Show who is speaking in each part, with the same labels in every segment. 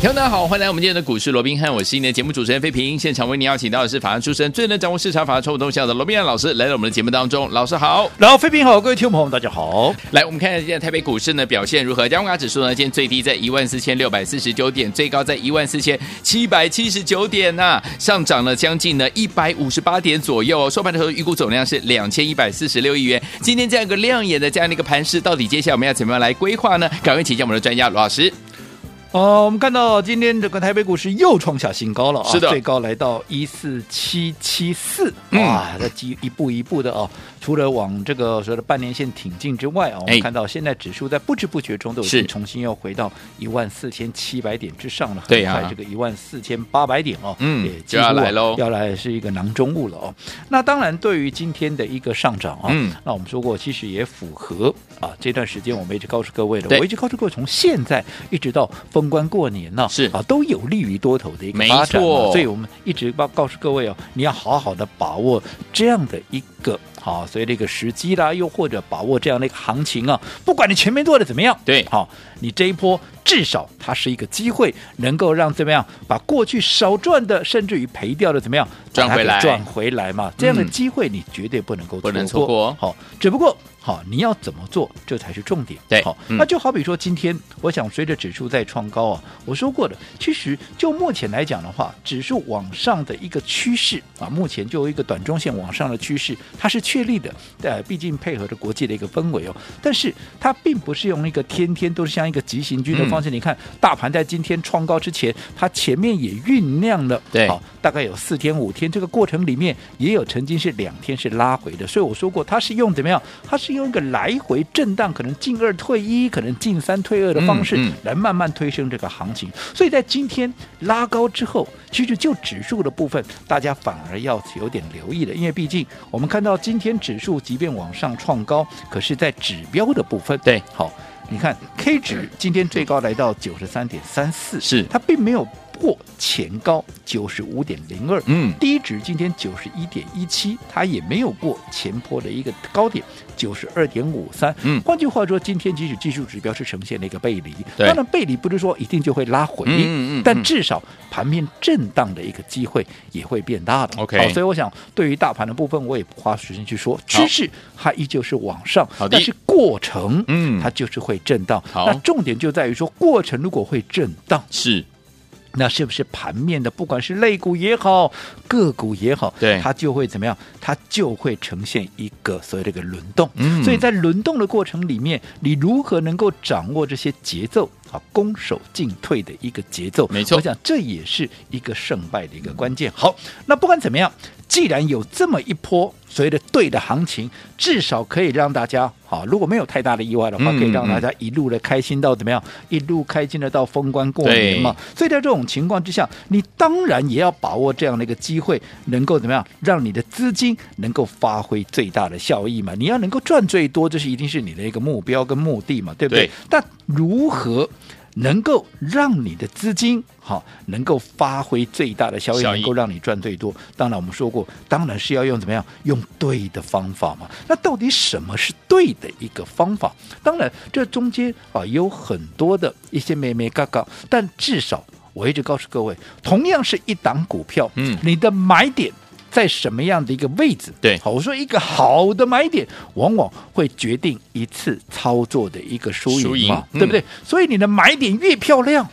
Speaker 1: 听众大家好，欢迎来我们今天的股市罗宾汉，我是今天的节目主持人费平。现场为您邀请到的是法案出身、最能掌握市场法律臭动向的罗宾啊汉老师，来到我们的节目当中。老师好，
Speaker 2: 然后，飞平好，各位听众朋友们，大家好。
Speaker 1: 来我们看一下今天台北股市呢表现如何？加权指数呢，今天最低在14,649点，最高在14,779点呐、上涨了将近呢158点左右、哦。收盘的时候预估总量是2,146亿元。今天这样一个亮眼的这样的一个盘势，到底接下来我们要怎么样来规划呢？赶快请教我们的专家罗老师。
Speaker 2: 哦，我们看到今天这个台北股市又创下新高了啊，
Speaker 1: 是的
Speaker 2: 最高来到一四七七四，
Speaker 1: 嗯
Speaker 2: 哇，那几一步一步的啊，除了往这个所谓的半年线挺进之外啊，我
Speaker 1: 哎
Speaker 2: 们看到现在指数在不知不觉中都已
Speaker 1: 是
Speaker 2: 经重新又回到一万四千七百点之上了，
Speaker 1: 对呀
Speaker 2: 很快这个一万四千八百点哦，
Speaker 1: 嗯
Speaker 2: 也
Speaker 1: 就要来喽
Speaker 2: 要来是一个囊中物了哦。那当然，对于今天的一个上涨啊，
Speaker 1: 嗯
Speaker 2: 那我们说过，其实也符合啊这段时间我们一直告诉各位的，
Speaker 1: 对
Speaker 2: 我一直告诉各位，从现在一直到封关过年呢、
Speaker 1: 是
Speaker 2: 啊，都有利于多头的一个发展
Speaker 1: 没
Speaker 2: 嘛、
Speaker 1: 错
Speaker 2: 所以我们一直告告诉各位哦，你要好好的把握这样的一个好、所以这个时机啦，又或者把握这样的一个行情啊，不管你前面做的怎么样，
Speaker 1: 对
Speaker 2: 好、你这一波至少它是一个机会，能够让怎么样把过去少赚的，甚至于赔掉的怎么样
Speaker 1: 赚回来
Speaker 2: 把它给赚回来嘛，这样的
Speaker 1: 嗯
Speaker 2: 机会你绝对不能够
Speaker 1: 不能
Speaker 2: 错
Speaker 1: 错过哦
Speaker 2: 好、只不过好、你要怎么做，这才是重点。
Speaker 1: 对
Speaker 2: 好、
Speaker 1: 嗯
Speaker 2: 那就好比说今天，我想随着指数在创高啊，我说过的，其实就目前来讲的话，指数往上的一个趋势啊，目前就有一个短中线往上的趋势，它是确立的，呃，毕竟配合着国际的一个氛围哦，但是它并不是用一个天天都是像一个急行军的
Speaker 1: 嗯
Speaker 2: 方式。你看，大盘在今天创高之前，它前面也酝酿了，
Speaker 1: 对
Speaker 2: 好、大概有四天五天，这个过程里面也有曾经是两天是拉回的，所以我说过它是用怎么样？它是用一个来回震荡，可能进二退一，可能进三退二的方式、
Speaker 1: 嗯嗯
Speaker 2: 来慢慢推升这个行情。所以在今天拉高之后，其实就指数的部分，大家反而要有点留意了，因为毕竟我们看到今天指数即便往上创高，可是在指标的部分，
Speaker 1: 对，
Speaker 2: 好。你看 K 指今天最高来到九十三点三四，
Speaker 1: 是
Speaker 2: 它并没有破前高九十五点零二，
Speaker 1: 嗯
Speaker 2: 低值今天九十一点一七，它也没有过前坡的一个高点九十二点五三。
Speaker 1: 嗯
Speaker 2: 换句话说，今天即使技术指标是呈现了一个背离，
Speaker 1: 对
Speaker 2: 当然背离不是说一定就会拉回，
Speaker 1: 嗯嗯嗯
Speaker 2: 但至少盘面震荡的一个机会也会变大的。
Speaker 1: OK
Speaker 2: 好所以我想对于大盘的部分，我也不花时间去说，趋势它依旧是往上
Speaker 1: 好，的
Speaker 2: 但是过程
Speaker 1: 嗯
Speaker 2: 它就是会震荡。
Speaker 1: 好
Speaker 2: 那重点就在于说，过程如果会震荡。
Speaker 1: 是
Speaker 2: 那是不是盘面的，不管是类股也好，个股也好，
Speaker 1: 对
Speaker 2: 它就会怎么样？它就会呈现一个所谓的一个轮动。
Speaker 1: 嗯
Speaker 2: 所以在轮动的过程里面，你如何能够掌握这些节奏啊？攻守进退的一个节奏，
Speaker 1: 没错
Speaker 2: 我想这也是一个胜败的一个关键。好，那不管怎么样，既然有这么一波所谓的对的行情，至少可以让大家好，如果没有太大的意外的话，
Speaker 1: 嗯
Speaker 2: 可以让大
Speaker 1: 嗯
Speaker 2: 家一路的开心到怎么样？一路开心的到封关过年嘛。所以在这种情况之下，你当然也要把握这样的一个机会，能够怎么样，让你的资金能够发挥最大的效益嘛？你要能够赚最多，这是一定是你的一个目标跟目的嘛，对不对？
Speaker 1: 对
Speaker 2: 但如何？能够让你的资金好、能够发挥最大的效益，
Speaker 1: 效益
Speaker 2: 能够让你赚最多。当然，我们说过，当然是要用怎么样，用对的方法嘛。那到底什么是对的一个方法？当然，这中间啊有很多的一些咩咩嘎嘎，但至少我一直告诉各位，同样是一档股票，
Speaker 1: 嗯
Speaker 2: 你的买点。在什么样的一个位置？
Speaker 1: 对
Speaker 2: 好，我说一个好的买点，往往会决定一次操作的一个输赢嘛，
Speaker 1: 输赢嗯
Speaker 2: 对不对？所以你的买点越漂亮，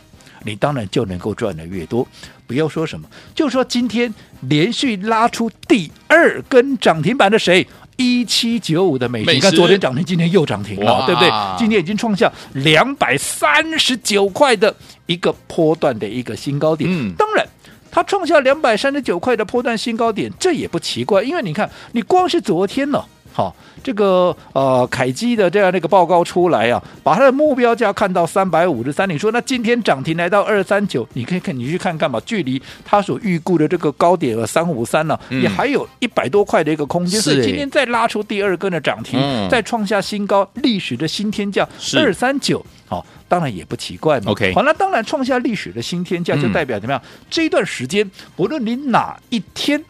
Speaker 2: 你当然就能够赚的越多。不要说什么，就说今天连续拉出第二根涨停板的谁？一七九五的美
Speaker 1: 美
Speaker 2: 食，你看
Speaker 1: 食
Speaker 2: 昨天涨停，今天又涨停
Speaker 1: 哇
Speaker 2: 了，对不对？今天已经创下两百三十九块的一个波段的一个新高点。
Speaker 1: 嗯
Speaker 2: 当然。它创下两百三十九块的波段新高点，这也不奇怪，因为你看，你光是昨天呢、好、这个呃凯基的这样的一个报告出来啊，把它的目标价看到三百五十三，你说那今天涨停来到二三九，你可以看你去看看吧，距离它所预估的这个高点的三五三呢，
Speaker 1: 嗯
Speaker 2: 也还有一百多块的一个空间，
Speaker 1: 是
Speaker 2: 所以今
Speaker 1: 欸
Speaker 2: 天再拉出第二根的涨停，
Speaker 1: 嗯
Speaker 2: 再创下新高历史的新天价
Speaker 1: 是
Speaker 2: 二三九，好。当然也不奇怪嘛。
Speaker 1: OK
Speaker 2: 好，那当然创下历史的新天价，就
Speaker 1: 嗯
Speaker 2: 代表怎么样？这一段时间，不论你哪一天，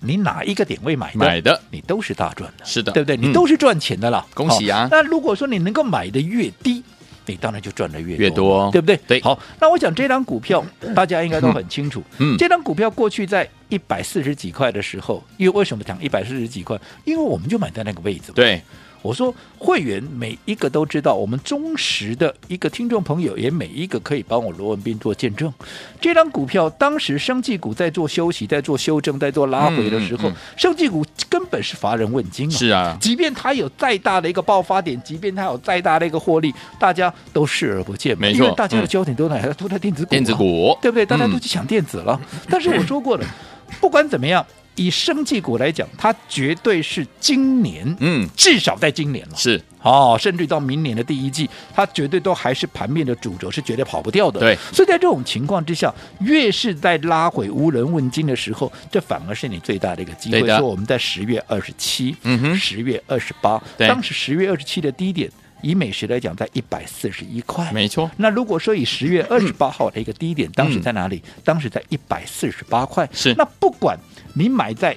Speaker 2: 你哪一个点位买的，
Speaker 1: 买的
Speaker 2: 你都是大赚的，
Speaker 1: 是的
Speaker 2: 对不对？你
Speaker 1: 嗯
Speaker 2: 都是赚钱的啦，
Speaker 1: 恭喜啊
Speaker 2: 好那如果说你能够买的越低，你当然就赚的越
Speaker 1: 越多
Speaker 2: 对不对？
Speaker 1: 对
Speaker 2: 好，那我想这张股 票大家应该都很清楚，
Speaker 1: 嗯
Speaker 2: 这张股票过去在一百四十几块的时候，因为为什么讲一百四十几块？因为我们就买在那个位置嘛，
Speaker 1: 对，
Speaker 2: 我说会员每一个都知道，我们忠实的一个听众朋友也每一个可以帮我罗文斌做见证。这张股票当时生技股在做休息、在做修正、在做拉回的时候，
Speaker 1: 嗯嗯嗯
Speaker 2: 生技股根本是乏人问津啊。
Speaker 1: 是啊，
Speaker 2: 即便它有再大的一个爆发点，即便它有再大的一个获利，大家都视而不见嘛，
Speaker 1: 没
Speaker 2: 因
Speaker 1: 错
Speaker 2: 为大家的
Speaker 1: 嗯
Speaker 2: 焦点都在、都在电子股、啊
Speaker 1: 电子。股
Speaker 2: 对不对？大家都
Speaker 1: 嗯
Speaker 2: 去抢电子了。但是我说过 了，不管怎么样，以生技股来讲，它绝对是今年，
Speaker 1: 嗯，
Speaker 2: 至少在今年了。
Speaker 1: 是
Speaker 2: 哦，甚至到明年的第一季，它绝对都还是盘面的主轴，是绝对跑不掉的。
Speaker 1: 对
Speaker 2: 所以在这种情况之下，越是在拉回无人问津的时候，这反而是你最大的一个机会。
Speaker 1: 对的
Speaker 2: 说我们在十月二十七，
Speaker 1: 嗯哼
Speaker 2: 十月二十八，
Speaker 1: 对
Speaker 2: 当时十月二十七的低点，以美食来讲，在一百四十一块，
Speaker 1: 没错，
Speaker 2: 那如果说以十
Speaker 1: 嗯
Speaker 2: 月二十八号的一个低点，当时在哪里？当时在一百四十八块。
Speaker 1: 是
Speaker 2: 那不管你买在。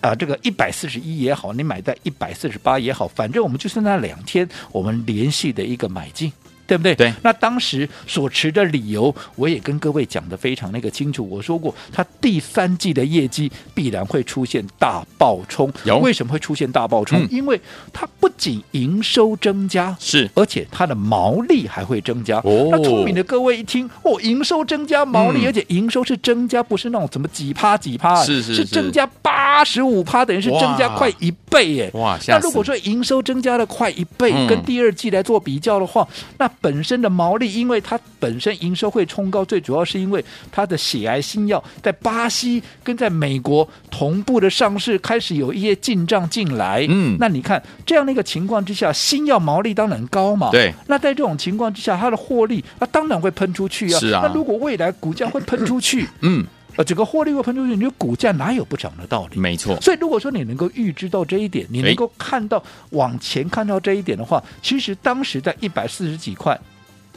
Speaker 2: 啊、这个一百四十一也好，你买在一百四十八也好，反正我们就是那两天，我们连续的一个买进，对不对？
Speaker 1: 对
Speaker 2: 那当时所持的理由，我也跟各位讲的非常那个清楚。我说过，它第三季的业绩必然会出现大爆冲。
Speaker 1: 有
Speaker 2: 为什么会出现大爆冲？
Speaker 1: 嗯
Speaker 2: 因为它不仅营收增加，
Speaker 1: 是
Speaker 2: 而且它的毛利还会增加。
Speaker 1: 哦
Speaker 2: 那聪明的各位一听，哦，营收增加，毛利，
Speaker 1: 嗯
Speaker 2: 而且营收是增加，不是那种什么几趴几趴，
Speaker 1: 是是是
Speaker 2: 增加八十五趴，等于是增加
Speaker 1: 哇
Speaker 2: 快一倍耶。
Speaker 1: 哇，
Speaker 2: 那
Speaker 1: 吓死
Speaker 2: 如果说营收增加了快一倍，
Speaker 1: 嗯
Speaker 2: 跟第二季来做比较的话，那本身的毛利，因为它本身营收会冲高，最主要是因为它的血癌新药在巴西跟在美国同步的上市，开始有一些进账进来。
Speaker 1: 嗯
Speaker 2: 那你看这样的一个情况之下，新药毛利当然高嘛。
Speaker 1: 对。
Speaker 2: 那在这种情况之下，它的获利那当然会喷出去啊。
Speaker 1: 是啊
Speaker 2: 那如果未来股价会喷出去，
Speaker 1: 嗯，
Speaker 2: 呃，整个获利会喷出去，你的股价哪有不涨的道理？
Speaker 1: 没错，
Speaker 2: 所以，如果说你能够预知到这一点，你能够看到往前看到这一点的话，其实当时在一百四十几块，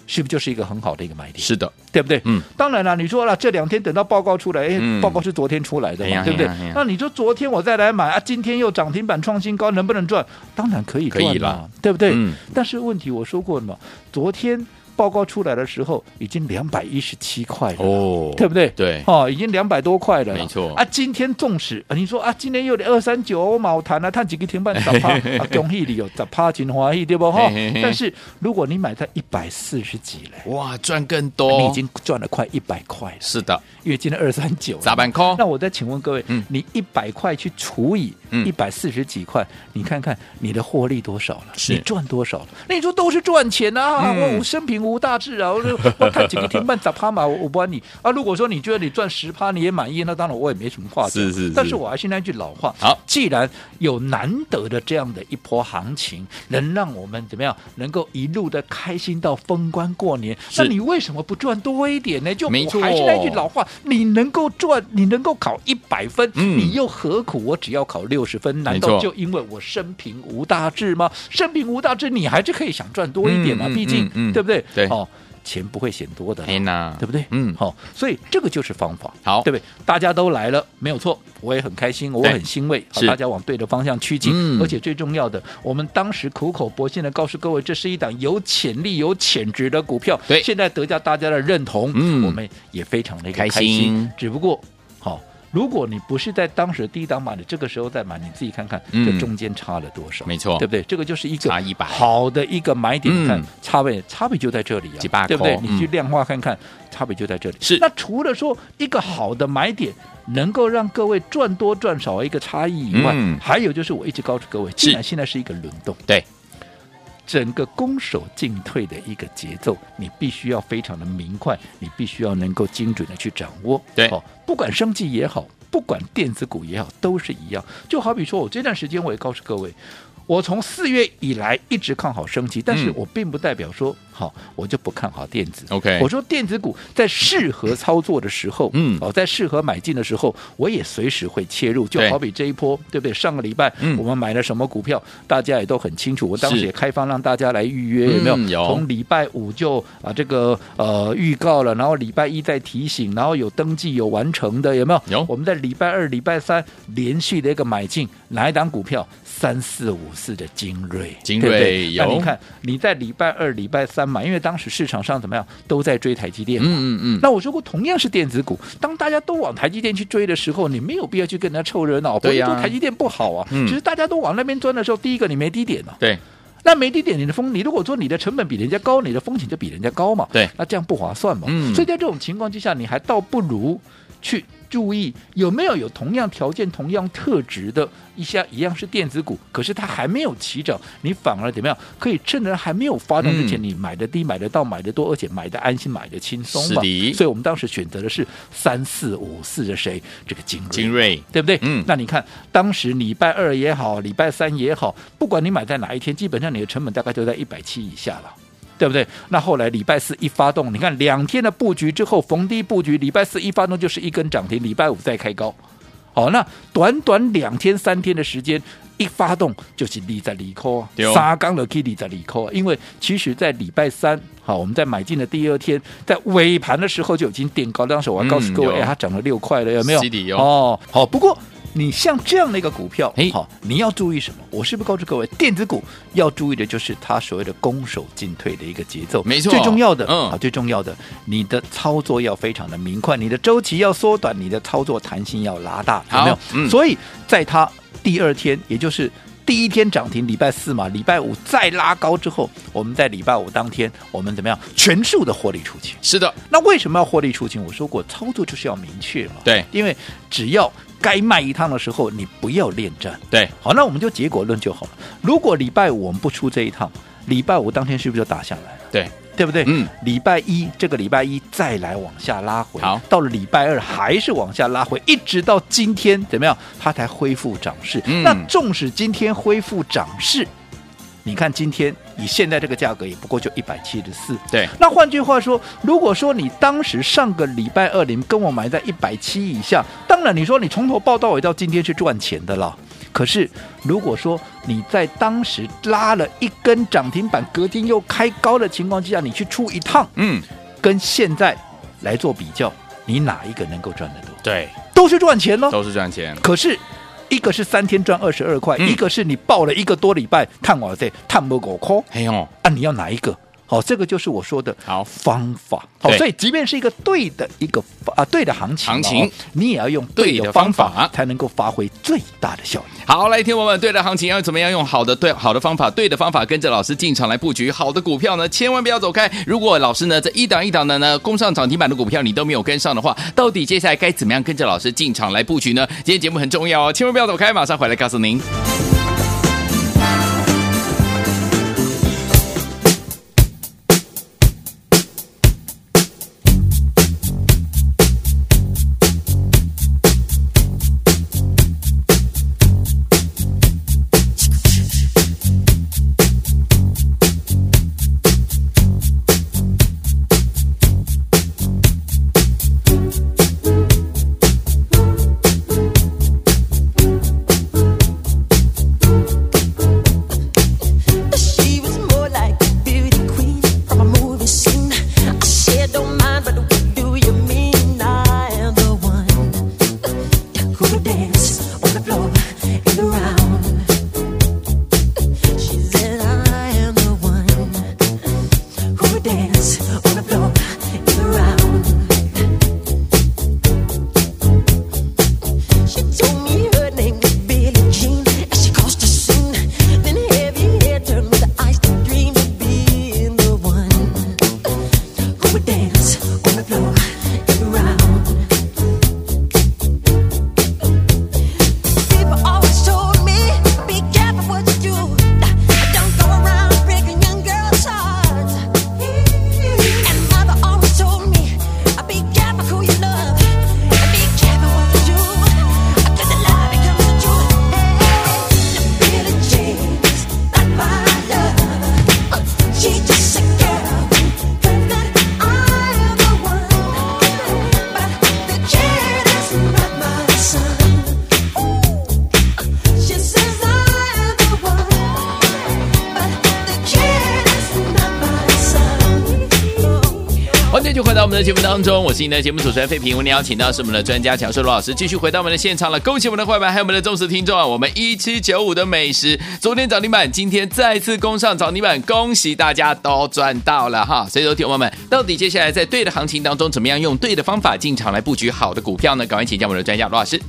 Speaker 2: 是不是就是一个很好的一个买点？
Speaker 1: 是的，
Speaker 2: 对不对？
Speaker 1: 嗯，
Speaker 2: 当然了，你说了这两天等到报告出来，哎、
Speaker 1: 嗯
Speaker 2: 报告是昨天出来的
Speaker 1: 哎
Speaker 2: 嘛，
Speaker 1: 呀
Speaker 2: 对不对
Speaker 1: 哎呀哎呀？
Speaker 2: 那你说昨天我再来买啊，今天又涨停板创新高，能不能赚？当然可以赚
Speaker 1: 可以啦
Speaker 2: 了，对不对？
Speaker 1: 嗯
Speaker 2: 但是问题我说过了嘛，昨天报告出来的时候已经两百一十七块了。
Speaker 1: 哦，
Speaker 2: 对不对？
Speaker 1: 对
Speaker 2: 哦，已经两百多块了啦，
Speaker 1: 没错
Speaker 2: 啊，今天纵使、啊、你说啊，今天又得二三九毛谈啊，探几个停板十趴 啊，恭喜你有十趴金花喜对不哈
Speaker 1: 嘿嘿嘿？
Speaker 2: 但是如果你买在一百四十几嘞，
Speaker 1: 哇，赚更多，
Speaker 2: 哎你已经赚了快一百块了，
Speaker 1: 是的，
Speaker 2: 因为今天二三九
Speaker 1: 砸板空
Speaker 2: 那我再请问各位，
Speaker 1: 嗯
Speaker 2: 你一百块去除以
Speaker 1: 嗯
Speaker 2: 一百四十几块，你看看你的获利多少了？
Speaker 1: 是
Speaker 2: 你赚多少了？那你说都是赚钱啊！
Speaker 1: 嗯
Speaker 2: 我我生平无大志啊！我我我看几个天半砸趴嘛，我我帮你啊！如果说你觉得你赚十趴你也满意，那当然我也没什么话讲。
Speaker 1: 是是是
Speaker 2: 但是我还是那句老话，
Speaker 1: 好
Speaker 2: 既然有难得的这样的一波行情，能让我们怎么样能够一路的开心到封关过年，那
Speaker 1: 是
Speaker 2: 你为什么不赚多一点呢？就
Speaker 1: 没错
Speaker 2: 我还是那句老话，你能够赚，你能够考一百分，
Speaker 1: 嗯
Speaker 2: 你又何苦？我只要考六十分，难
Speaker 1: 没
Speaker 2: 道
Speaker 1: 错
Speaker 2: 就因为我生平无大志吗？生平无大志，你还是可以想赚多一点嘛，
Speaker 1: 嗯嗯
Speaker 2: 毕竟、
Speaker 1: 嗯嗯
Speaker 2: 对不对？
Speaker 1: 对
Speaker 2: 哦，钱不会嫌多的啦。
Speaker 1: 哎呐，
Speaker 2: 对不对？
Speaker 1: 嗯，
Speaker 2: 好、所以这个就是方法，
Speaker 1: 好
Speaker 2: 对不对？大家都来了，没有错，我也很开心，我
Speaker 1: 对
Speaker 2: 很欣慰，好
Speaker 1: 是
Speaker 2: 大家往对的方向趋近，
Speaker 1: 嗯
Speaker 2: 而且最重要的，我们当时苦口婆心的告诉各位，这是一档有潜力、有潜质的股票，
Speaker 1: 对
Speaker 2: 现在得到大家的认同，
Speaker 1: 嗯
Speaker 2: 我们也非常的
Speaker 1: 开
Speaker 2: 开
Speaker 1: 心
Speaker 2: 只不过，好、如果你不是在当时低档买的，这个时候再买，你自己看看，
Speaker 1: 嗯
Speaker 2: 这中间差了多少？
Speaker 1: 没错
Speaker 2: 对不对？这个就是一个
Speaker 1: 差100
Speaker 2: 好的一个买点，
Speaker 1: 嗯
Speaker 2: 你看差别差别就在这里啊，
Speaker 1: 几把口
Speaker 2: 对不对？
Speaker 1: 嗯
Speaker 2: 你去量化看看，差别就在这里。
Speaker 1: 是
Speaker 2: 那除了说一个好的买点能够让各位赚多赚少一个差异以外，
Speaker 1: 嗯
Speaker 2: 还有就是我一直告诉各位，既然现在是一个轮动，
Speaker 1: 对，
Speaker 2: 整个攻守进退的一个节奏，你必须要非常的明快，你必须要能够精准的去掌握。
Speaker 1: 对
Speaker 2: 哦，不管生计也好，不管电子股也好，都是一样。就好比说我这段时间我也告诉各位。我从四月以来一直看好升级，但是
Speaker 1: 嗯
Speaker 2: 我并不代表说好我就不看好电子。
Speaker 1: OK
Speaker 2: 我说电子股在适合操作的时候，
Speaker 1: 嗯
Speaker 2: 哦，在适合买进的时候，我也随时会切入。就
Speaker 1: 对
Speaker 2: 好比这一波，对不对？上个礼拜
Speaker 1: 嗯
Speaker 2: 我们买了什么股票，大家也都很清楚。我当时
Speaker 1: 是
Speaker 2: 也开放让大家来预约，有没有？
Speaker 1: 嗯有
Speaker 2: 从礼拜五就啊这个呃预告了，然后礼拜一再提醒，然后有登记有完成的，有没有？
Speaker 1: 有
Speaker 2: 我们在礼拜二、礼拜三连续的一个买进哪一档股票？三四五四的精锐，
Speaker 1: 精
Speaker 2: 对不对
Speaker 1: 锐有
Speaker 2: 那你看你在礼拜二、礼拜三买，因为当时市场上怎么样都在追台积电嘛。
Speaker 1: 嗯嗯嗯，
Speaker 2: 那我说过，同样是电子股，当大家都往台积电去追的时候，你没有必要去跟人家凑热闹。不
Speaker 1: 对
Speaker 2: 是
Speaker 1: 呀
Speaker 2: 说台积电不好啊，
Speaker 1: 嗯
Speaker 2: 只是大家都往那边钻的时候，第一个你没低点哦，
Speaker 1: 对，
Speaker 2: 那没低点，你的风，你如果说你的成本比人家高，你的风险就比人家高嘛，
Speaker 1: 对
Speaker 2: 那这样不划算嘛。
Speaker 1: 嗯
Speaker 2: 所以在这种情况之下，你还倒不如去注意有没有有同样条件、同样特质的一下一样是电子股，可是它还没有起涨，你反而怎么样？可以趁着还没有发动之前，
Speaker 1: 嗯
Speaker 2: 你买的低、买得到、买得多，而且买的安心、买的轻松
Speaker 1: 是
Speaker 2: 嘛。
Speaker 1: 的
Speaker 2: 所以我们当时选择的是三四五四的谁？这个精锐。
Speaker 1: 精锐，
Speaker 2: 对不对？
Speaker 1: 嗯
Speaker 2: 那你看当时礼拜二也好，礼拜三也好，不管你买在哪一天，基本上你的成本大概就在一百七以下了。对不对？那后来礼拜四一发动，你看两天的布局之后，逢低布局，礼拜四一发动就是一根涨停，礼拜五再开高。好，那短短两天三天的时间，一发动就是利在利扣啊
Speaker 1: 对哦，
Speaker 2: 杀刚了 Kitty 在利扣啊。因为其实，在礼拜三，好，我们在买进的第二天，在尾盘的时候就已经垫高，当时我还告诉各
Speaker 1: 嗯
Speaker 2: 位，
Speaker 1: 有
Speaker 2: 哎，它涨了六块了，有没有
Speaker 1: 是的？哟
Speaker 2: 哦，好，不过。你像这样的一个股票
Speaker 1: 嘿，
Speaker 2: 好，你要注意什么？我是不是告诉各位，电子股要注意的就是它所谓的攻守进退的一个节奏，
Speaker 1: 没错
Speaker 2: 最重要的，
Speaker 1: 嗯
Speaker 2: 啊，最重要的，你的操作要非常的明快，你的周期要缩短，你的操作弹性要拉大，有没有
Speaker 1: 好？嗯
Speaker 2: 所以在它第二天，也就是。第一天涨停，礼拜四嘛，礼拜五再拉高之后，我们在礼拜五当天，我们怎么样全数的获利出清？
Speaker 1: 是的，
Speaker 2: 那为什么要获利出清？我说过，操作就是要明确嘛。
Speaker 1: 对
Speaker 2: 因为只要该卖一趟的时候，你不要恋战。
Speaker 1: 对，
Speaker 2: 好，那我们就结果论就好了。如果礼拜五我们不出这一趟，礼拜五当天是不是就打下来了？
Speaker 1: 对，
Speaker 2: 对不对？
Speaker 1: 嗯，
Speaker 2: 礼拜一这个礼拜一再来往下拉回，
Speaker 1: 好
Speaker 2: 到了礼拜二还是往下拉回，一直到今天怎么样，它才恢复涨势。
Speaker 1: 嗯
Speaker 2: 那纵使今天恢复涨势，你看今天以现在这个价格，也不过就一百七十四。
Speaker 1: 对，
Speaker 2: 那换句话说，如果说你当时上个礼拜二你跟我买在一百七以下，当然你说你从头报到尾到今天是赚钱的了。可是如果说你在当时拉了一根涨停板，隔天又开高的情况之下，你去出一趟，
Speaker 1: 嗯，
Speaker 2: 跟现在来做比较，你哪一个能够赚得多？
Speaker 1: 对，
Speaker 2: 都是赚钱喽。
Speaker 1: 都是赚钱，
Speaker 2: 可是一个是三天赚二十二块，
Speaker 1: 嗯
Speaker 2: 一个是你报了一个多礼拜，探我这探不狗空。
Speaker 1: 哎呦，
Speaker 2: 啊，你要哪一个？好、这个就是我说的
Speaker 1: 好
Speaker 2: 方法。好、
Speaker 1: 对
Speaker 2: 所以即便是一个对的一个方啊对的行情嘛，
Speaker 1: 行情
Speaker 2: 哦你也要用
Speaker 1: 对
Speaker 2: 对
Speaker 1: 的
Speaker 2: 的方法，
Speaker 1: 方法
Speaker 2: 才能够发挥最大的效益。
Speaker 1: 好，来，听我们对的行情要怎么样用好的对好的方法，对的方法跟着老师进场来布局好的股票呢？千万不要走开。如果老师呢这一档一档的呢攻上涨停板的股票你都没有跟上的话，到底接下来该怎么样跟着老师进场来布局呢？今天节目很重要哦，千万不要走开，马上回来告诉您。
Speaker 3: She was more like a beauty queen from a movie scene. I said, don't mind, but what do you mean? I am the one who would dance on the floor and around. She said, I am the one who would dance on the floor and around. She told me her name was Billie Jean as she crossed the scene. Then heavy head turned with the ice to dream of being the one who would dance on the floor and around. People always told me
Speaker 1: 到我们的节目当中，我是您的节目主持人费平。我们邀请到是我们的专家强硕罗老师，继续回到我们的现场了。恭喜我们的会员，还有我们的忠实听众啊！我们一七九五的美食，昨天涨停板，今天再次攻上涨停板，恭喜大家都赚到了哈！所以，说，听友们，到底接下来在对的行情当中，怎么样用对的方法进场来布局好的股票呢？赶快请教我们的专家罗老师。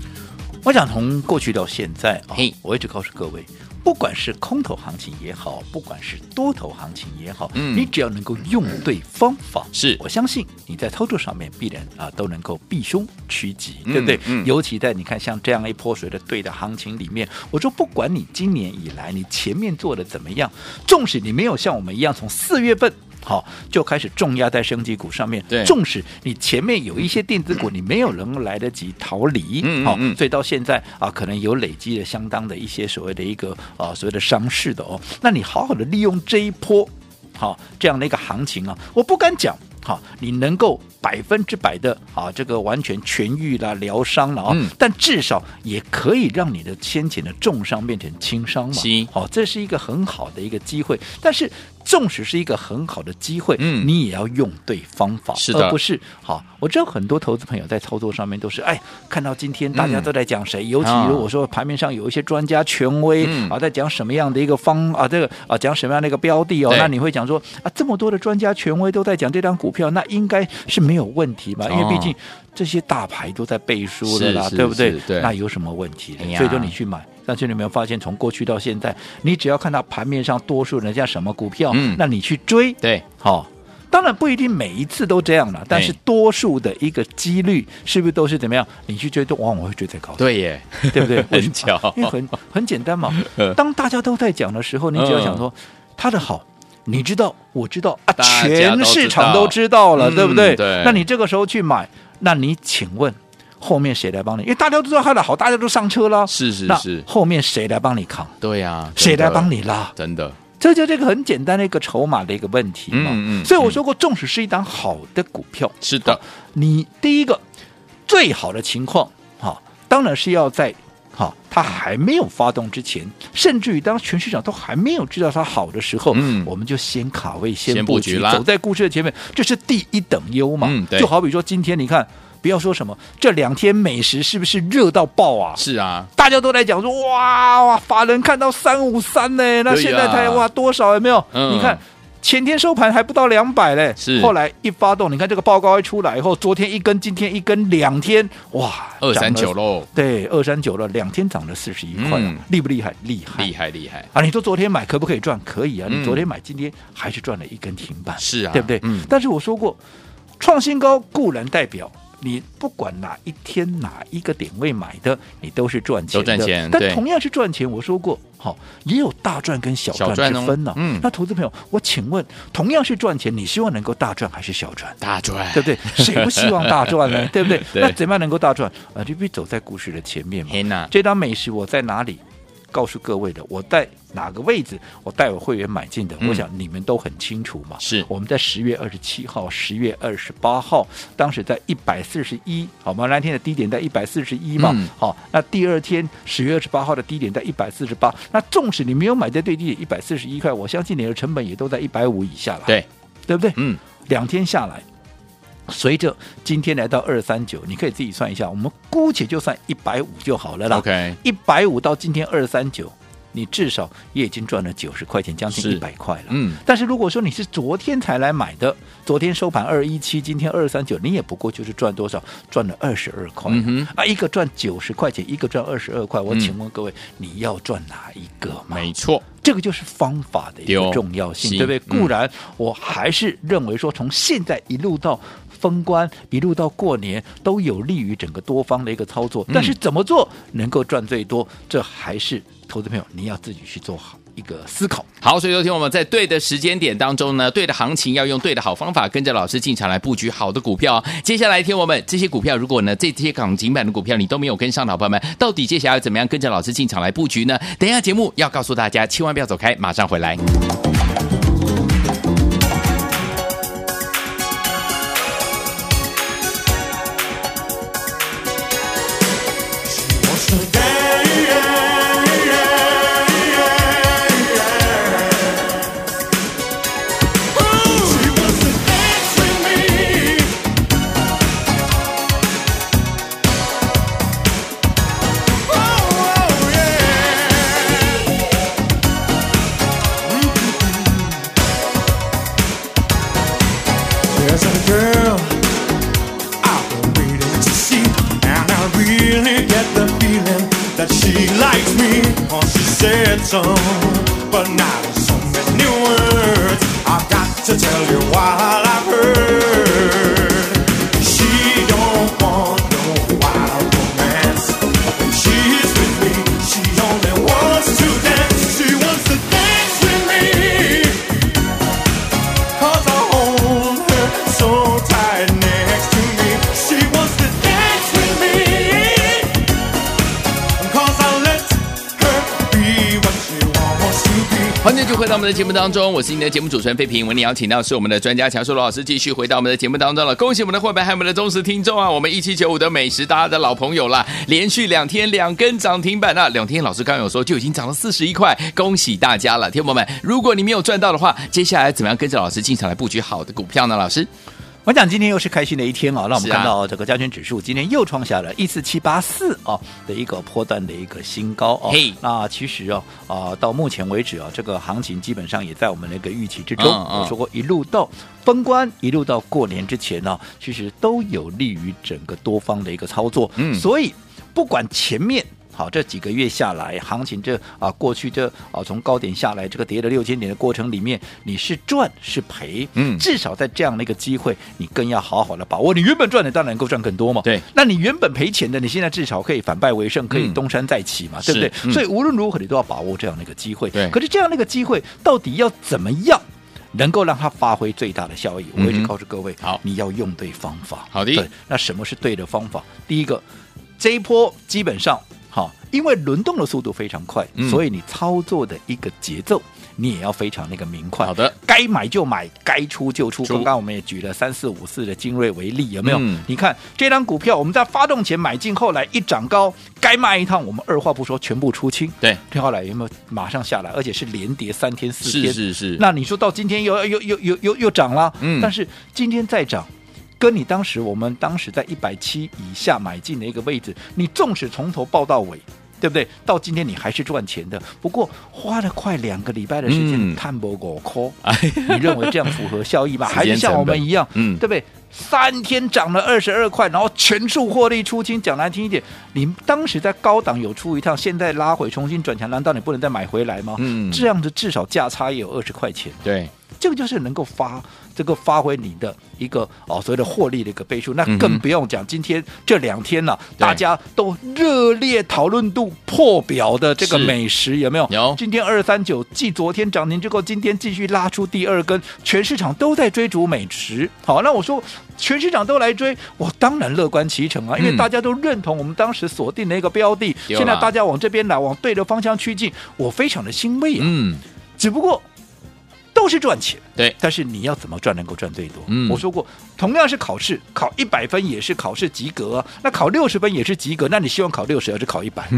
Speaker 2: 我想从过去到现在啊
Speaker 1: 嘿，
Speaker 2: 我一直告诉各位，不管是空头行情也好，不管是多头行情也好，
Speaker 1: 嗯
Speaker 2: 你只要能够用对方法，
Speaker 1: 是
Speaker 2: 我相信你在操作上面必然啊都能够避凶趋吉，对不对？
Speaker 1: 嗯
Speaker 2: 尤其在你看像这样一波水的对的行情里面，我说不管你今年以来你前面做的怎么样，纵使你没有像我们一样从四月份。好，就开始重压在升级股上面。
Speaker 1: 对
Speaker 2: 纵使你前面有一些电子股，你没有能够来得及逃离，
Speaker 1: 嗯嗯
Speaker 2: 好、
Speaker 1: 嗯
Speaker 2: 所以到现在啊，可能有累积了相当的一些所谓的一个啊所谓的伤势的哦。那你好好的利用这一波好、这样的一个行情啊，我不敢讲。好，你能够百分之百的啊，这个完全痊愈啦、疗伤了啊、
Speaker 1: 嗯
Speaker 2: 但至少也可以让你的先前的重伤变成轻伤嘛。
Speaker 1: 是
Speaker 2: 好、这是一个很好的一个机会。但是，纵使是一个很好的机会，
Speaker 1: 嗯
Speaker 2: 你也要用对方法，
Speaker 1: 是的
Speaker 2: 而不是好。我知道很多投资朋友在操作上面都是，哎，看到今天大家都在讲谁，尤其
Speaker 1: 嗯啊
Speaker 2: 如果说盘面上有一些专家权威、
Speaker 1: 嗯
Speaker 2: 啊，在讲什么样的一个方啊，这个啊讲什么样的一个标的哦，
Speaker 1: 对
Speaker 2: 那你会讲说啊，这么多的专家权威都在讲这张股票，那应该是没有问题吧？因为
Speaker 1: 哦
Speaker 2: 毕竟这些大牌都在背书了
Speaker 1: 是
Speaker 2: 啦，
Speaker 1: 是
Speaker 2: 对不对
Speaker 1: 是？对
Speaker 2: 那有什么问题
Speaker 1: 哎？呀
Speaker 2: 所以说你去买。但是你有没有发现，从过去到现在，你只要看到盘面上多数人家什么股票，
Speaker 1: 嗯
Speaker 2: 那你去追，
Speaker 1: 对，
Speaker 2: 好、当然不一定每一次都这样
Speaker 1: 哎
Speaker 2: 了，但是多数的一个几率是不是都是怎么样？你去追，都往往会追在高点，
Speaker 1: 对耶，
Speaker 2: 对不对？ 为什么
Speaker 1: 很巧
Speaker 2: 因为很很简单嘛
Speaker 1: 嗯。
Speaker 2: 当大家都在讲的时候，你只要想说它的好。你知道，我知道啊，
Speaker 1: 嗯大家都知道
Speaker 2: 全市场都知道了，
Speaker 1: 嗯
Speaker 2: 对不对？
Speaker 1: 对
Speaker 2: 那你这个时候去买，那你请问后面谁来帮你？因为大家都知道它的好，大家都上车了，
Speaker 1: 是是
Speaker 2: 那
Speaker 1: 是
Speaker 2: 后面谁来帮你扛？
Speaker 1: 对呀，
Speaker 2: 谁来帮
Speaker 1: 你？
Speaker 2: 你拉？
Speaker 1: 真的，
Speaker 2: 这就这个很简单的一个筹码的一个问题嘛。
Speaker 1: 嗯嗯
Speaker 2: 所以我说过，纵使是一档好的股票，
Speaker 1: 是的
Speaker 2: 好，你第一个最好的情况，哈、当然是要在。好，它还没有发动之前，甚至于当全市场都还没有知道它好的时候，
Speaker 1: 嗯
Speaker 2: 我们就先卡位、
Speaker 1: 先
Speaker 2: 先
Speaker 1: 布
Speaker 2: 布
Speaker 1: 局啦
Speaker 2: 走在故事的前面，这是第一等优嘛。
Speaker 1: 嗯对
Speaker 2: 就好比说今天你看，不要说什么，这两天美食是不是热到爆啊？
Speaker 1: 是啊，
Speaker 2: 大家都在讲说，哇哇，法人看到三五三呢，那
Speaker 1: 对呀
Speaker 2: 现在才哇多少有没有？
Speaker 1: 嗯
Speaker 2: 你看。前天收盘还不到两百嘞，
Speaker 1: 是
Speaker 2: 后来一发动，你看这个报告一出来以后，昨天一根，今天一根，两天，哇，
Speaker 1: 二三九
Speaker 2: 涨了，
Speaker 1: 喽，
Speaker 2: 对，二三九了，两天涨了四十一块、啊
Speaker 1: 嗯
Speaker 2: 厉不厉害？厉害，
Speaker 1: 厉害厉害，
Speaker 2: 啊！你说昨天买可不可以赚？可以啊，
Speaker 1: 嗯
Speaker 2: 你昨天买，今天还是赚了一根停板，
Speaker 1: 是啊，
Speaker 2: 对不对？
Speaker 1: 嗯，
Speaker 2: 但是我说过，创新高固然代表你不管哪一天哪一个点位买的，你都是赚钱的。
Speaker 1: 都赚钱对
Speaker 2: 但同样是赚钱，我说过，好、也有大赚跟小
Speaker 1: 小赚
Speaker 2: 赚
Speaker 1: 哦
Speaker 2: 之分呢、
Speaker 1: 嗯
Speaker 2: 那投资朋友，我请问，同样是赚钱，你希望能够大赚还是小赚？
Speaker 1: 大赚，
Speaker 2: 对不对？谁不希望大赚 呢？对不对？
Speaker 1: 对
Speaker 2: 那怎么样能够大赚？啊，就必须走在故事的前面嘛。
Speaker 1: 嘿呐，
Speaker 2: 这张美食我在哪里？告诉各位的，我在哪个位置，我带我会员买进的，
Speaker 1: 嗯
Speaker 2: 我想你们都很清楚嘛。
Speaker 1: 是
Speaker 2: 我们在十月二十七号、十月二十八号，当时在一百四十一，好吗？那天的低点在一百四十一嘛。
Speaker 1: 嗯
Speaker 2: 好，那第二天十月二十八号的低点在一百四十八。那纵使你没有买在最低点一百四十一块，我相信你的成本也都在一百五以下了，
Speaker 1: 对，
Speaker 2: 对不对？
Speaker 1: 嗯，
Speaker 2: 两天下来，随着今天来到二三九，你可以自己算一下，我们姑且就算一百五就好了啦。
Speaker 1: OK
Speaker 2: 一百五到今天二三九，你至少也已经赚了九十块钱，将近
Speaker 1: 是
Speaker 2: 一百块了。
Speaker 1: 嗯，
Speaker 2: 但是如果说你是昨天才来买的，昨天收盘二一七，今天二三九，你也不过就是赚多少？赚了二十二块。
Speaker 1: 嗯哼
Speaker 2: 啊，一个赚九十块钱，一个赚二十二块。我
Speaker 1: 嗯
Speaker 2: 请问各位，你要赚哪一个嘛？
Speaker 1: 没错，
Speaker 2: 这个就是方法的一
Speaker 1: 对哦
Speaker 2: 个重要性，
Speaker 1: 是
Speaker 2: 对不
Speaker 1: 嗯
Speaker 2: 对？固然，我还是认为说，从现在一路到封关，一路到过年，都有利于整个多方的一个操作。但是怎么做能够赚最多，这还是投资朋友你要自己去做好一个思考。
Speaker 1: 好，所以昨天我们在对的时间点当中呢，对的行情要用对的好方法，跟着老师进场来布局好的股票、接下来，听我们这些股票，如果呢这些港景版的股票你都没有跟上的好朋友们，到底接下来要怎么样跟着老师进场来布局呢？等一下节目要告诉大家，千万不要走开，马上回来。
Speaker 3: She wants to dance with me.
Speaker 4: that she likes me, or she said so. But now there's so many words, I've got to tell you what I've heard. She don't want no wild romance. When she's with me, she only wants to dance. She wants to dance with me. Cause I hold her so tight next to me. She wants to dance with me. Cause I let her be what she wants to be.
Speaker 1: 欢迎就回到我们的节目当中，我是您的节目主持人费平。我们邀请到是我们的专家强硕罗老师，继续回到我们的节目当中了。恭喜我们的会员还有我们的忠实听众啊！我们一七九五的美食大家的老朋友啦，连续两天两根涨停板啊！两天老师刚刚有说就已经涨了四十一块，恭喜大家了，听众朋友们！如果你没有赚到的话，接下哎来怎么样跟着老师进场来布局好的股票呢？老师，
Speaker 2: 我讲今天又是开心的一天啊，让我们
Speaker 1: 是啊
Speaker 2: 看到这个加权指数今天又创下了一四七八四啊的一个波段的一个新高哦。
Speaker 1: 嘿
Speaker 2: 那其实哦啊、到目前为止啊，这个行情基本上也在我们的一个预期之中。
Speaker 1: 嗯嗯
Speaker 2: 我说过，一路到封关，一路到过年之前呢、啊其实都有利于整个多方的一个操作。
Speaker 1: 嗯
Speaker 2: 所以不管前面。好，这几个月下来，行情这啊，过去这啊，从高点下来，这个跌了六千点的过程里面，你是赚是赔，
Speaker 1: 嗯
Speaker 2: 至少在这样的一个机会，你更要好好的把握。你原本赚的当然能够赚更多嘛，
Speaker 1: 对。
Speaker 2: 那你原本赔钱的，你现在至少可以反败为胜，可以
Speaker 1: 嗯
Speaker 2: 东山再起嘛，对不对
Speaker 1: 是？嗯
Speaker 2: 所以无论如何，你都要把握这样的一个机会。
Speaker 1: 对
Speaker 2: 可是这样的一个机会，到底要怎么样？能够让它发挥最大的效益，我一
Speaker 1: 嗯
Speaker 2: 直
Speaker 1: 哼
Speaker 2: 告诉各位，
Speaker 1: 好
Speaker 2: 你要用对方法。
Speaker 1: 好的
Speaker 2: 对那什么是对的方法？第一个，这一波基本上哈，因为轮动的速度非常快，
Speaker 1: 嗯
Speaker 2: 所以你操作的一个节奏。你也要非常那个明快，
Speaker 1: 好的，
Speaker 2: 该买就买，该出就出。
Speaker 1: 出
Speaker 2: 刚刚我们也举了三四五四的精锐为例，有没有？
Speaker 1: 嗯
Speaker 2: 你看这张股票，我们在发动前买进，后来一涨高，该卖一趟，我们二话不说全部出清。
Speaker 1: 对，
Speaker 2: 后来有没有马上下来？而且是连跌三天四天，
Speaker 1: 是是是，
Speaker 2: 那你说到今天又又又又又又涨了，
Speaker 1: 嗯
Speaker 2: 但是今天再涨。跟你当时我们当时在一百七以下买进的一个位置，你纵使从头报到尾，对不对？到今天你还是赚钱的，不过花了快两个礼拜的时间，
Speaker 1: 嗯
Speaker 2: 探博狗 抠，你认为这样符合效益吗？
Speaker 1: 时
Speaker 2: 还
Speaker 1: 间
Speaker 2: 是像我
Speaker 1: 成本
Speaker 2: 们一样，
Speaker 1: 嗯
Speaker 2: 对不对？三天涨了二十二块，然后全数获利出清。讲难听一点，你当时在高档有出一趟，现在拉回重新转强，难道你不能再买回来吗？
Speaker 1: 嗯
Speaker 2: 这样子至少价差也有二十块钱。
Speaker 1: 对，
Speaker 2: 这个就是能够发这个发挥你的一个哦所谓的获利的一个倍数。那
Speaker 1: 嗯哼
Speaker 2: 更不用讲，今天这两天呢、
Speaker 1: 对
Speaker 2: 大家都热烈讨论度破表的这个
Speaker 1: 是
Speaker 2: 美食有没有？
Speaker 1: 有
Speaker 2: 今天二三九继昨天涨停之后，今天继续拉出第二根，全市场都在追逐美食。好，那我说全市场都来追，我当然乐观其成啊，因为
Speaker 1: 嗯
Speaker 2: 大家都认同我们当时锁定的一个标的，
Speaker 1: 有
Speaker 2: 现在
Speaker 1: 啦
Speaker 2: 大家往这边来，往对的方向趋近，我非常的欣慰啊。
Speaker 1: 嗯，
Speaker 2: 只不过都是赚钱，
Speaker 1: 对
Speaker 2: 但是你要怎么赚能够赚最多？
Speaker 1: 嗯
Speaker 2: 我说过，同样是考试，考一百分也是考试及格、啊，那考六十分也是及格，那你希望考六十还是考 一百？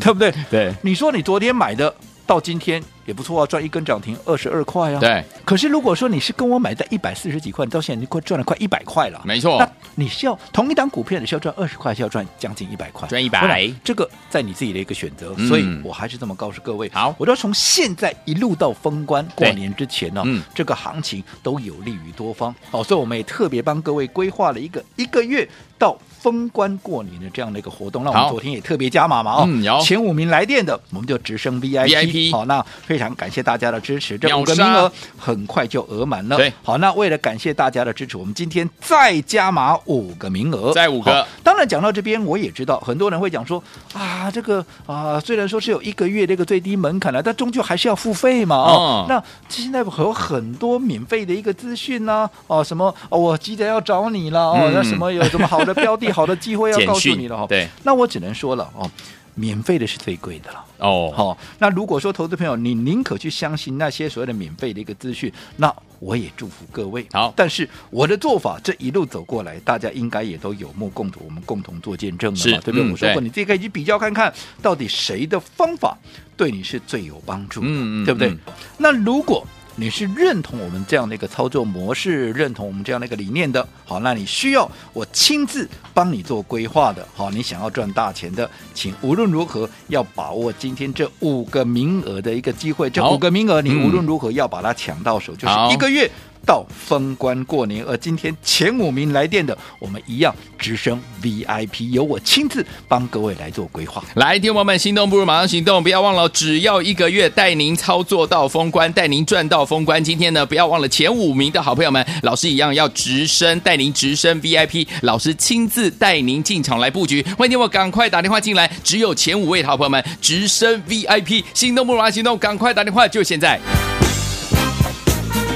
Speaker 2: 对不对？
Speaker 1: 对
Speaker 2: 你说你昨天买的到今天也不错啊，赚一根涨停二十二块啊。。
Speaker 1: 对，
Speaker 2: 可是如果说你是跟我买在一百四十几块，你到现在你快赚了快一百块了，
Speaker 1: 没错
Speaker 2: 那你是要同一档股票，你是要赚二十块，还是要赚将近一百块，
Speaker 1: 赚100
Speaker 2: 我想这个在你自己的一个选择。
Speaker 1: 嗯
Speaker 2: 所以我还是这么告诉各位，
Speaker 1: 好
Speaker 2: 我都要从现在一路到封关过
Speaker 1: 对
Speaker 2: 年之前呢、
Speaker 1: 嗯
Speaker 2: 这个行情都有利于多方。好，所以我们也特别帮各位规划了一个一个月到。封关过年的这样的一个活动，那我
Speaker 1: 好
Speaker 2: 们昨天也特别加码嘛哦，
Speaker 1: 嗯有
Speaker 2: 前五名来电的，我们就直升 VIP，,
Speaker 1: VIP
Speaker 2: 好，哦那非常感谢大家的支持，这五个
Speaker 1: 秒
Speaker 2: 名
Speaker 1: 杀
Speaker 2: 额很快就额满了。
Speaker 1: 对
Speaker 2: 好，那为了感谢大家的支持，我们今天再加码五个名额，
Speaker 1: 再五个
Speaker 2: 好。当然，讲到这边，我也知道很多人会讲说啊，这个啊，虽然说是有一个月这个最低门槛了，但终究还是要付费嘛。
Speaker 1: 哦
Speaker 2: 哦，那现在有很多免费的一个资讯呐、哦，什么哦，我记得要找你了，哦，
Speaker 1: 嗯
Speaker 2: 那什么有什么好的 标的、好的机会要
Speaker 1: 简
Speaker 2: 告诉
Speaker 1: 讯
Speaker 2: 你了哦。
Speaker 1: 对，
Speaker 2: 那我只能说了哦，免费的是最贵的了。
Speaker 1: 哦，
Speaker 2: 好、那如果说投资朋友你宁可去相信那些所谓的免费的一个资讯，那我也祝福各位。
Speaker 1: 好
Speaker 2: 但是我的做法这一路走过来，大家应该也都有目共睹，我们共同做见证了
Speaker 1: 是
Speaker 2: 嘛，对不对？
Speaker 1: 嗯
Speaker 2: 我说过，
Speaker 1: 对
Speaker 2: 你自己可以去比较看看，到底谁的方法对你是最有帮助的，
Speaker 1: 嗯嗯
Speaker 2: 对不对？
Speaker 1: 嗯
Speaker 2: 那如果你是认同我们这样的一个操作模式，认同我们这样的一个理念的，好，那你需要我亲自帮你做规划的，好，你想要赚大钱的，请无论如何要把握今天这五个名额的一个机会，这
Speaker 1: 好
Speaker 2: 五个名额你
Speaker 1: 嗯
Speaker 2: 无论如何要把它抢到手，就
Speaker 1: 好
Speaker 2: 是一个月到封关过年。而今天前五名来电的，我们一样直升 VIP，由我亲自帮各位来做规划。
Speaker 1: 来，听众朋友们，心动不如马上行动，不要忘了，只要一个月带您操作到封关，带您赚到封关。今天呢，不要忘了前五名的好朋友们，老师一样要直升，带您直升 VIP，老师亲自带您进场来布局。欢迎我赶快打电话进来，只有前五位的好朋友们直升 VIP，心动不如马上行动，赶快打电话，就现在。